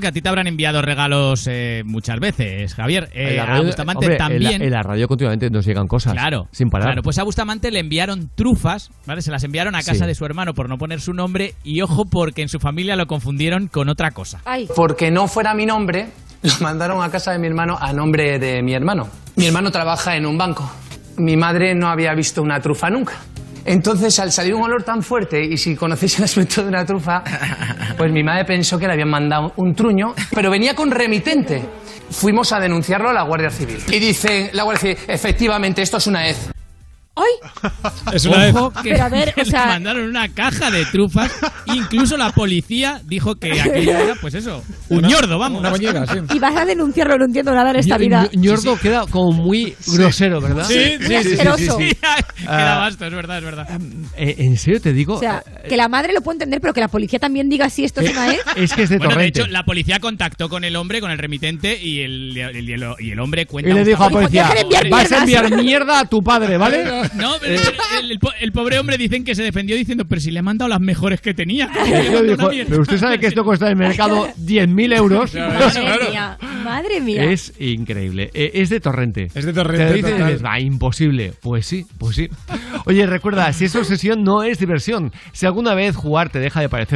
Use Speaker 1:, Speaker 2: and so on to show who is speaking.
Speaker 1: que a ti te habrán enviado regalos eh, muchas veces, Javier. Eh,
Speaker 2: En la
Speaker 1: a
Speaker 2: radio-
Speaker 1: Bustamante
Speaker 2: hombre, en la-
Speaker 1: también.
Speaker 2: En la, radio continuamente nos llegan cosas.
Speaker 1: Claro.
Speaker 2: Sin parar.
Speaker 1: Claro, pues a Bustamante le enviaron trufas, ¿vale? Se las enviaron a casa
Speaker 2: Sí.
Speaker 1: de su hermano por no poner su nombre y ojo porque en su familia lo confundieron con otra cosa.
Speaker 3: Ay,
Speaker 4: Porque no fuera mi nombre, lo mandaron a casa de mi hermano a nombre de mi hermano. Mi hermano trabaja en un banco. Mi madre no había visto una trufa nunca. Entonces, al salir un olor tan fuerte, y si conocéis el aspecto de una trufa, pues mi madre pensó que le habían mandado un truño, pero venía con remitente. Fuimos a denunciarlo a la Guardia Civil. Y dice la Guardia Civil, efectivamente, esto es una hez.
Speaker 3: ay,
Speaker 5: Es una
Speaker 1: Ojo que,
Speaker 3: Pero a ver,
Speaker 1: que
Speaker 3: o
Speaker 1: le
Speaker 3: sea-
Speaker 1: mandaron una caja de trufas. Incluso la policía dijo que aquello era, pues eso, un ñordo, vamos.
Speaker 5: Una muñeca, sí.
Speaker 3: y vas a denunciarlo, no entiendo nada de esta
Speaker 2: Ño-
Speaker 3: vida.
Speaker 2: Ño- Ñordo queda como muy grosero, ¿verdad?
Speaker 5: Sí, sí, sí, sí, sí,
Speaker 3: Asqueroso.
Speaker 5: sí.
Speaker 1: Queda basto, es verdad, es verdad.
Speaker 2: Eh, en serio te digo.
Speaker 3: O sea,
Speaker 2: eh,
Speaker 3: que la madre lo puede entender, pero que la policía también diga si esto es una E.
Speaker 2: es que es de
Speaker 1: Bueno, de
Speaker 2: torrente.
Speaker 1: hecho, la policía contactó con el hombre, con el remitente, y el, el- el- y el hombre cuenta.
Speaker 2: y le dijo "Pues, a la
Speaker 3: Oye,
Speaker 2: policía:
Speaker 3: deja de enviar
Speaker 2: Vas a
Speaker 3: mierdas".
Speaker 2: enviar mierda a tu padre, ¿vale?
Speaker 1: No, pero el, el po- el pobre hombre dicen que se defendió diciendo, pero si le han mandado las mejores que tenía.
Speaker 2: Y el tío dijo, Pero usted sabe que esto cuesta en el mercado 10.000 euros.
Speaker 3: Madre mía, madre mía.
Speaker 2: Es increíble. Eh, Es de torrente.
Speaker 5: Es de torrente,
Speaker 2: Te lo dicen y
Speaker 5: total.
Speaker 2: dices, va, imposible. Pues sí, pues sí. Oye, recuerda, si es obsesión, no es diversión. Si alguna vez jugar te deja de parecer